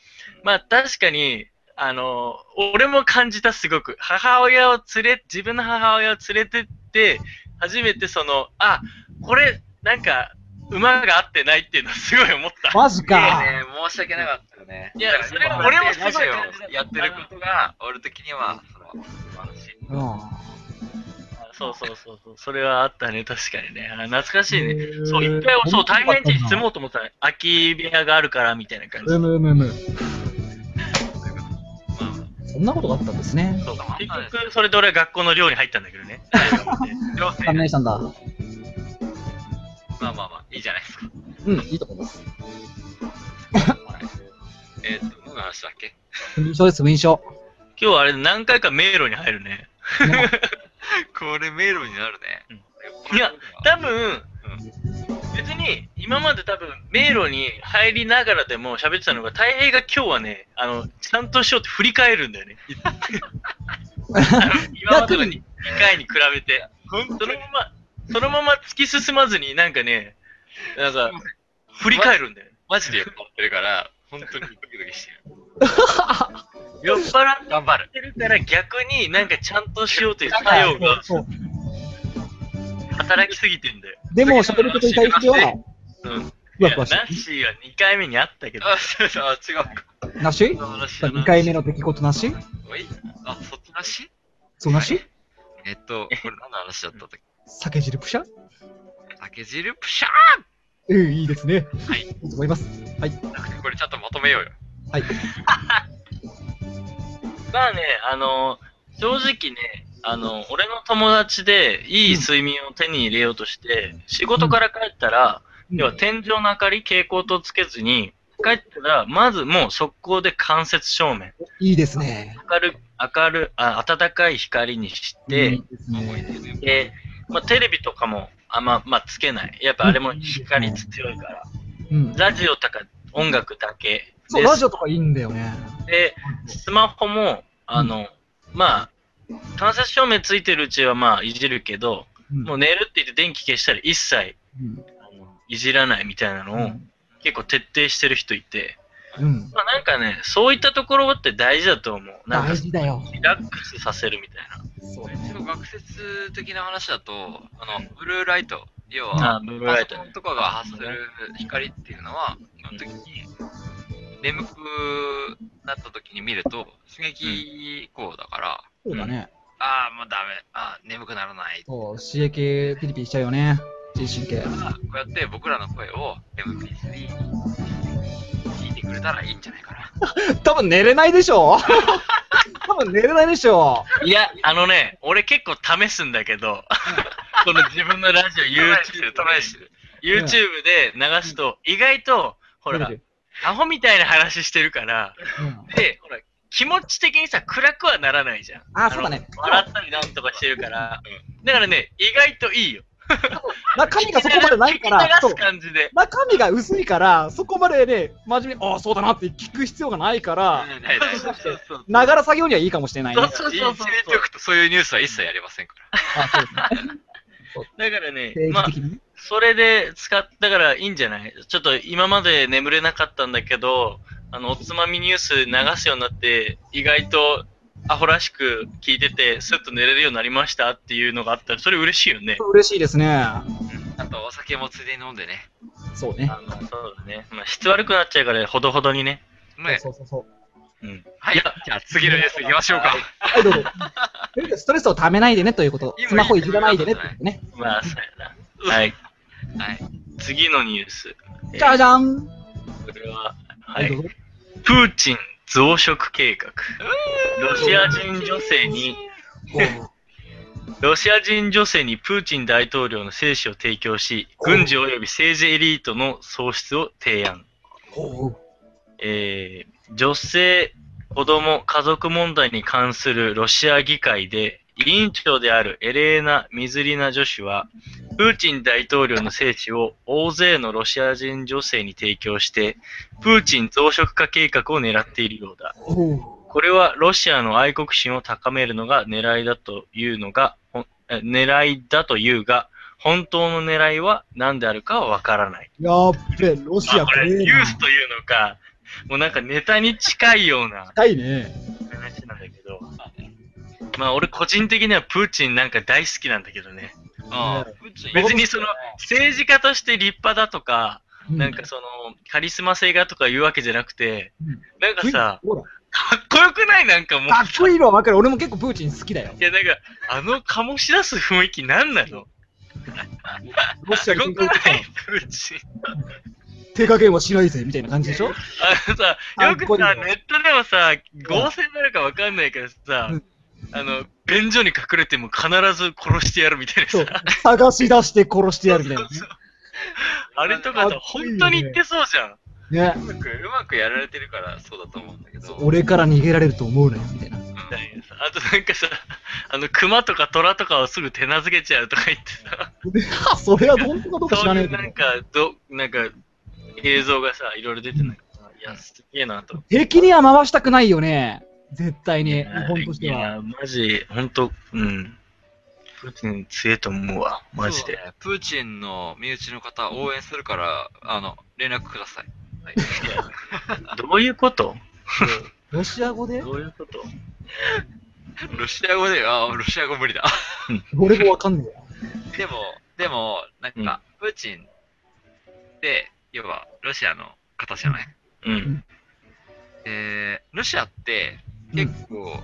Speaker 3: まあ確かに、あの、俺も感じたすごく。母親を連れ、自分の母親を連れてって、初めてその、あ、これ、なんか、馬が合ってないっていうのはすごい思った。
Speaker 2: マジ
Speaker 1: いや
Speaker 2: か。
Speaker 1: ね、申し訳なかったよね。
Speaker 3: いや
Speaker 1: だから
Speaker 3: それは
Speaker 1: 今
Speaker 3: 俺もすごい
Speaker 1: ラジオ
Speaker 3: 感じだった
Speaker 1: やってることが、俺的には、その、素晴らしい。
Speaker 2: うん。
Speaker 3: あそうそうそうそう。それはあったね、確かにね。あ懐かしいね。
Speaker 2: ね
Speaker 3: そう、一回はそう、対面地に住もうと思ったね。空き部屋があるから、みたいな感じ。
Speaker 2: むむむむ。
Speaker 1: まあま
Speaker 2: そんなことがあったんですね。
Speaker 3: そう結局、それで俺は学校の寮に入ったんだけど ね。
Speaker 1: あ両生
Speaker 2: 関連したんだ。
Speaker 1: まあまあまあ、いいじゃないですか。
Speaker 2: うん、いいと思います。
Speaker 1: えっ、と、何の話だっけ
Speaker 2: 不眠症です、不眠 症。
Speaker 3: 今日はあれ、何回か迷路に入るね。
Speaker 1: これ迷路になるね。
Speaker 3: うんいや、
Speaker 1: だ、
Speaker 3: 多分、別に、今まで多分、迷路に入りながらでも喋ってたのが、太平が今日はね、あの、ちゃんとしようって振り返るんだよ ね。あの今までの2回に比べて。そのまま、そのまま突き進まずに、なんかね、なんか、振り返るんだよね。
Speaker 1: マジで酔っ払ってるから、本当にドキドキしてる。
Speaker 3: 酔っ払っ
Speaker 1: 頑張る。
Speaker 3: てるから逆になんかちゃんとしようという作用が
Speaker 2: そう
Speaker 3: 働きすぎてんだよ。
Speaker 2: でも、喋ることに対しては、
Speaker 3: うん。い
Speaker 2: ふわ
Speaker 3: や、
Speaker 2: ふ
Speaker 3: ナ
Speaker 2: わし
Speaker 3: ッシーは2回目にあったけど、
Speaker 1: あ、そうそう、あ違うか。
Speaker 2: て。なし
Speaker 1: その話だな
Speaker 2: ?2 回目の出来事なし
Speaker 1: おいあ、そっちの話
Speaker 2: そうなし
Speaker 1: えっと、これ何の話だったっけ
Speaker 2: 酒汁プシャ
Speaker 1: 竹汁プシャ
Speaker 2: うん、いいですね。
Speaker 1: はい
Speaker 2: いいと思います。
Speaker 1: ーなくてこれちゃんとまとめようよ。
Speaker 2: はい。
Speaker 3: まあね、あの、正直ね、あの、俺の友達でいい睡眠を手に入れようとして、仕事から帰ったら、要は天井の明かり蛍光灯つけずに、帰ったら、まずもう速攻で間接照明。
Speaker 2: いいですね。
Speaker 3: 明る、明る、あ暖かい光にし
Speaker 2: い
Speaker 3: て、
Speaker 2: いですね
Speaker 3: で、まあ、テレビとかもあんま、まあ、つけない。やっぱあれも光強いから。
Speaker 2: うん。
Speaker 3: ラジオとか音楽だけで
Speaker 2: そう、ラジオとかいいんだよね。
Speaker 3: で、スマホも、あの、まあ、間接照明ついてるうちはまあいじるけど、
Speaker 2: うん
Speaker 3: もう寝るって言って電気消したら一切
Speaker 2: うん
Speaker 3: あのいじらないみたいなのを結構徹底してる人いて、
Speaker 2: うん。
Speaker 3: まあ、なんかね、そういったところって大事だと思う。なんか
Speaker 2: 大事だよ。
Speaker 3: リラックスさせるみたい
Speaker 2: そ
Speaker 1: ち
Speaker 2: うね
Speaker 1: ょっと学説的な話だと、あの、ブルーライト、要
Speaker 3: な。あ
Speaker 1: は、
Speaker 3: ブルー
Speaker 1: パ
Speaker 3: ラ
Speaker 1: ソ
Speaker 3: イト
Speaker 1: コ
Speaker 3: ね
Speaker 1: ン。とかが発する光っていうのは、その時に、眠くなった時に見ると、刺激光だから、
Speaker 2: そうだね。
Speaker 1: ああ、もうダメ、ああ、眠くならない。
Speaker 2: そう、刺激ピリピリしちゃうよね。自律神経。
Speaker 1: こうやって僕らの声を MP3 に聞いてくれたらいいんじゃないかな。
Speaker 2: 多分寝れないでし ょ多分寝れないでしょ
Speaker 3: いや、あのね、俺結構試すんだ けど、この自分のラジオ、YouTube
Speaker 1: トライしてる。
Speaker 3: YouTube で流すと、意外と、ほら
Speaker 2: 寝、る
Speaker 3: アホみたいな話してるから、
Speaker 2: うん
Speaker 3: で、ほら、気持ち的にさ、暗くはならないじゃん。
Speaker 2: あ、そうだね。
Speaker 3: の笑ったりなんとかしてるから、だからね、意外といいよ。
Speaker 2: 中身がそこまでないか
Speaker 3: 聞
Speaker 2: ら、
Speaker 3: き流
Speaker 2: そう
Speaker 3: す感じで。
Speaker 2: 中身が薄いから、そこまでね、真面目に、ああ、そうだなって聞く必要がないから、
Speaker 1: ないない
Speaker 3: そうそうそう。
Speaker 2: ながら作業にはいいかもしれないね。
Speaker 3: そう
Speaker 2: あ
Speaker 3: そう
Speaker 1: 一
Speaker 3: そうそう。
Speaker 1: 局とそういうニュースは一切やりませんから。
Speaker 2: そうですね。
Speaker 3: だからね、ま
Speaker 2: 定
Speaker 3: あ
Speaker 2: 期、的にね。
Speaker 3: それで使ったからいいんじゃないちょっと今まで眠れなかったんだけど、あの、おつまみニュース流すようになって、意外とアホらしく聞いてて、スッと寝れるようになりましたっていうのがあったら、それ嬉しいよね。
Speaker 2: 嬉しいですね。
Speaker 1: あとお酒もついでに飲んでね。
Speaker 2: そうね。
Speaker 3: あの、そうだね。まあ、質悪くなっちゃうから、ほどほどにね。
Speaker 1: ね
Speaker 2: そうそうそう。
Speaker 3: うん。
Speaker 1: はい、じゃあ次のニュース行きましょうか。
Speaker 2: はい、 どうぞ。とにかくストレスをためないでねということ。
Speaker 1: 今
Speaker 2: スマホいじらないでねってことね。
Speaker 3: まあ、そうやな。はい。
Speaker 1: はい。
Speaker 3: 次のニュース。
Speaker 2: じゃじゃん
Speaker 3: これは、は
Speaker 2: はい、どう
Speaker 3: い。
Speaker 2: ぞ。
Speaker 3: プーチン増殖計画。ロシア人女性に、ロシア人女性にプーチン大統領の精子を提供し、軍事及び政治エリートの喪失を提案。
Speaker 2: ほう
Speaker 3: えー女性、子供、家族問題に関するロシア議会で、委員長であるエレーナ・ミズリナ女子は、プーチン大統領の聖地を大勢のロシア人女性に提供して、プーチン増殖化計画を狙っているようだ。
Speaker 2: ほう
Speaker 3: これはロシアの愛国心を高めるのが狙いだというのが、ほんえ狙いだというが、本当の狙いは何であるかはわからない。
Speaker 2: やっべ、ロシ
Speaker 3: あ
Speaker 2: ア
Speaker 3: これ、
Speaker 2: 怖え
Speaker 3: ニ
Speaker 2: な
Speaker 3: ュースというのか、もうなんかネタに近いような
Speaker 2: 痛いね。
Speaker 3: 話なんだけど、まあ俺個人的にはプーチンなんか大好きなんだけどね。
Speaker 1: うん。
Speaker 3: 別にその政治家として立派だとか、
Speaker 2: う
Speaker 3: なんかそのカリスマ性がとか言うわけじゃなくて、なんかさ、
Speaker 2: ほら
Speaker 3: かっこよくないなんかもう。
Speaker 2: かっこいいのはわかる。俺も結構プーチン好きだよ。
Speaker 3: いや、なんか、あの醸し出す雰囲気何なの
Speaker 2: ロシアに喧嘩売ってたら
Speaker 3: すごくな いプーチン。
Speaker 2: 手加減はしないぜみたいな感じでしょ
Speaker 3: あのさ、
Speaker 2: あ
Speaker 3: よく
Speaker 2: ここに
Speaker 3: さ、
Speaker 2: も
Speaker 3: ネットでもさ、合成になるかわかんないけどさ、
Speaker 2: うん
Speaker 3: あの、便所に隠れても必ず殺してやるみたいな
Speaker 2: そう
Speaker 3: さ、。
Speaker 2: 探し出して殺してやるみたい
Speaker 3: そうあれとか
Speaker 2: か
Speaker 3: さ、
Speaker 2: っこいいよ
Speaker 3: 本
Speaker 2: ね
Speaker 3: 当に言ってそうじゃん。
Speaker 2: なね。
Speaker 1: うまく、うまくやられてるからそうだと思うんだけど。
Speaker 2: 俺から逃げられると思うなよみたいな。
Speaker 1: うん
Speaker 3: みたいなさあとなんかさ、あの、熊とか虎とかをすぐ手なずけちゃうとか言ってさ、
Speaker 2: それは本当かどうか知
Speaker 3: そ
Speaker 2: ら
Speaker 3: う
Speaker 2: ないいうけど
Speaker 3: な。んか、ど、なんか、映像がさ、いろいろ出てないからさ、いや、すげえなと。
Speaker 2: 敵には回したくないよね。絶対に、日本とし
Speaker 3: い
Speaker 2: ては。
Speaker 3: や、マジ、本当うん。プーチン強えと思うわ、マジで
Speaker 1: そ。うねプーチンの身内の方応援するから、あの、連絡ください。はい、
Speaker 3: どういうこと
Speaker 2: ロシア語で
Speaker 3: どういうこと
Speaker 1: ロシア語で、あ、ロシア語無理だ。
Speaker 2: 俺もわかんねえよ。
Speaker 1: でも、でも、なんか、プーチンって、要は、ロシアの方じゃない。
Speaker 3: うん。
Speaker 1: えー、ロシアって、結構、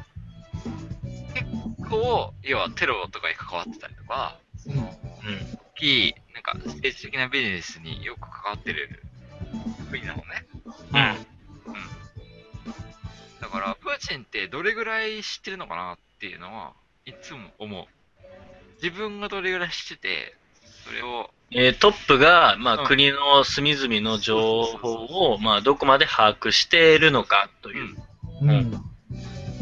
Speaker 1: 結構、要はテロとかに関わってたりとか、その、
Speaker 3: うん。
Speaker 1: 大きい、なんか、政治的なビジネスによく関わってる国なのね。
Speaker 3: うん。
Speaker 1: だから、プーチンってどれぐらい知ってるのかなっていうのは、いつも思う。自分がどれぐらい知ってて、それを、
Speaker 3: えートップが、まあ、
Speaker 1: うん
Speaker 3: 国の隅々の情報を、まあ、どこまで把握しているのかという。
Speaker 2: うん。
Speaker 3: う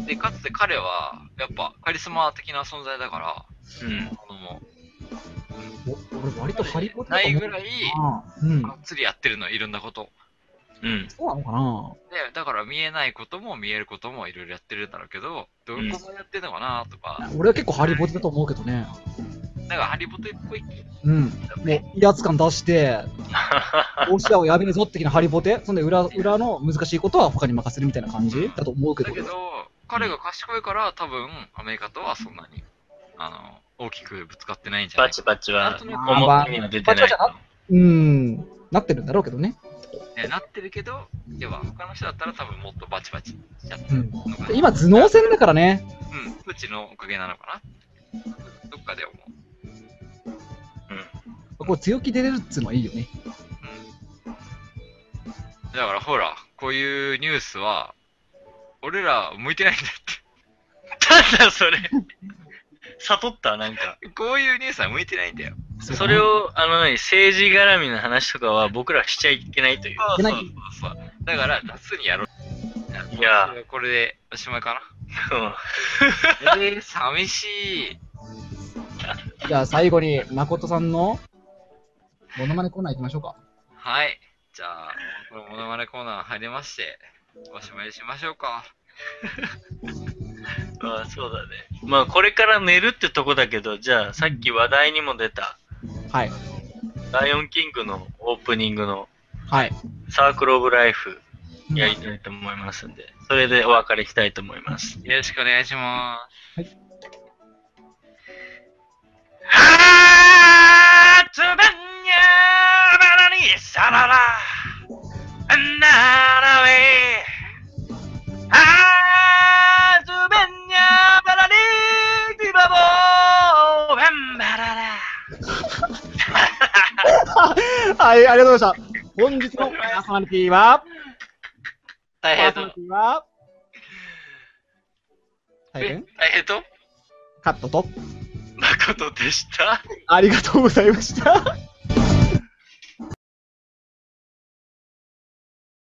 Speaker 1: で、かつて彼は、やっぱカリスマ的な存在だから、
Speaker 3: うん。
Speaker 1: あのもう、
Speaker 2: お俺割とハリポタ
Speaker 1: ないぐらい、
Speaker 2: うん。
Speaker 1: がっつりやってるの、いろんなこと。
Speaker 3: うん。
Speaker 2: そうなのかな
Speaker 1: で、だから見えないことも見えることもいろいろやってるんだろうけど、どこ
Speaker 3: ん
Speaker 1: もやってるのかなとか、
Speaker 2: 俺は結構ハリポタだと思うけどね。
Speaker 1: なんかハリボテっぽい気
Speaker 2: うん。
Speaker 1: がす
Speaker 2: も
Speaker 1: る
Speaker 2: う威圧感出 して、ロシアをやべえぞ的なハリポテ、そんで裏裏の難しいことは他に任せるみたいな感じだと思うけど
Speaker 1: だけ、ど、彼が賢いから、多分アメリカとはそんなにあの大きくぶつかってないんじゃな
Speaker 3: バ
Speaker 1: い
Speaker 3: チバチ
Speaker 1: な
Speaker 3: は
Speaker 1: んとなく
Speaker 3: 表には出
Speaker 2: バ
Speaker 3: てない
Speaker 2: チバチ。はうん、なってるんだろうけどね。
Speaker 1: ねなってるけど、では他の人だったら多分もっとバチバチしちゃって
Speaker 2: う
Speaker 1: る
Speaker 2: ん、
Speaker 1: のかな。
Speaker 2: で今、頭脳戦だからね。
Speaker 1: うん、プーチンのおかげなのかな。どっかで思う。
Speaker 2: こう強気で出れるっつうのはいいよね。
Speaker 1: うん、だからほら、こういうニュースは、俺ら向いてないんだった
Speaker 3: だそれ、悟った、なんか。
Speaker 1: て。 こういうニュースは向いてないんだよ。
Speaker 3: それを、あの、何政治絡みの話とかは僕らしちゃいけないという。
Speaker 1: そう
Speaker 2: う
Speaker 1: そう
Speaker 2: そう
Speaker 1: そうそう。だから、夏にやろう。
Speaker 3: いやー
Speaker 1: 今週はこれでおしまいか
Speaker 3: うん
Speaker 1: な。えー、寂しい。
Speaker 2: じゃあ最後に、誠さんのモノマネコーナー行きましょうか。
Speaker 1: はい。じゃあ、このモノマネコーナー入りまして、おしまいにしましょうか。
Speaker 3: まあ、そうだね。まあ、これから寝るってとこだけど、じゃあ、さっき話題にも出た、
Speaker 2: はい。
Speaker 3: ライオンキングのオープニングの
Speaker 2: はい。
Speaker 3: サークルオブライフやりたいと思いますんで、それでお別れしたいと思います。
Speaker 1: よろしくお願いします。
Speaker 2: はい
Speaker 3: はーとばんやばらにさららあならべはーとばんやばらにくばぼうばんばらら
Speaker 2: はい、ありがとうございました。本日のパーソナリティは、
Speaker 1: 大
Speaker 2: パ
Speaker 1: 変
Speaker 2: ー
Speaker 1: と
Speaker 2: ソナリ。ティは、大
Speaker 1: え
Speaker 2: 変
Speaker 1: 大変と
Speaker 2: カットと、
Speaker 3: 誠でした
Speaker 2: ありがとうございました。